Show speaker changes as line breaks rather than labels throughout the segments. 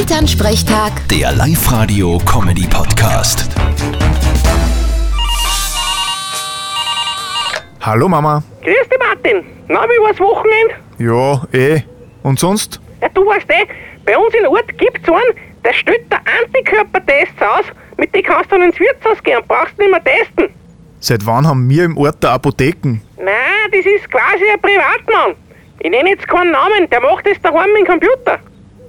Elternsprechtag,
Der Live-Radio-Comedy-Podcast.
Hallo Mama.
Grüß dich, Martin. Na, wie war's Wochenende?
Ja, eh. Und sonst?
Ja, du weißt eh, bei uns in Ort gibt's einen, der stellt der Antikörpertests aus, mit dem kannst du dann ins Wirtshaus gehen und brauchst nicht mehr testen.
Seit wann haben wir im Ort der Apotheken?
Nein, das ist quasi ein Privatmann. Ich nenne jetzt keinen Namen, der macht das daheim im Computer.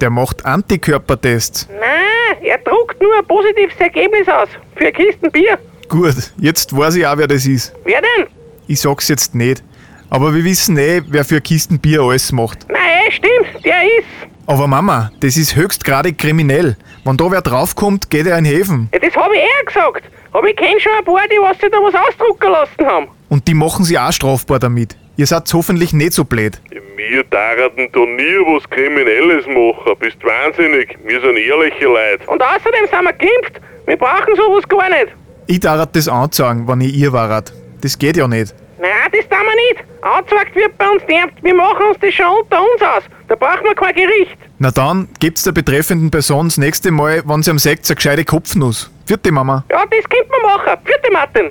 Der macht Antikörpertests.
Nein, er druckt nur ein positives Ergebnis aus, für eine Kisten Bier.
Gut, jetzt weiß ich auch, wer das ist.
Wer denn?
Ich sag's jetzt nicht. Aber wir wissen eh, wer für Kisten Bier alles macht.
Nein, eh, stimmt, der ist.
Aber Mama, das ist höchstgradig kriminell. Wenn da wer draufkommt, geht er in Häfen.
Ja, das habe ich eh gesagt. Aber ich kenn schon ein paar, die was sich da was ausdrucken lassen haben.
Und die machen sie auch strafbar damit. Ihr seid hoffentlich nicht so blöd.
Wir dachten da nie was Kriminelles machen. Bist wahnsinnig. Wir sind ehrliche Leute.
Und außerdem sind wir geimpft. Wir brauchen sowas gar nicht.
Ich darf das anzeigen, wenn ich ihr warat. Das geht ja nicht.
Nein, das tun wir nicht. Angezeigt wird bei uns nicht. Wir machen uns das schon unter uns aus. Da brauchen wir kein Gericht.
Na dann, gibt's der betreffenden Person das nächste Mal, wenn sie am Sekt eine gescheite Kopfnuss. Vierte Mama.
Ja, das könnte man machen. Vierte Martin.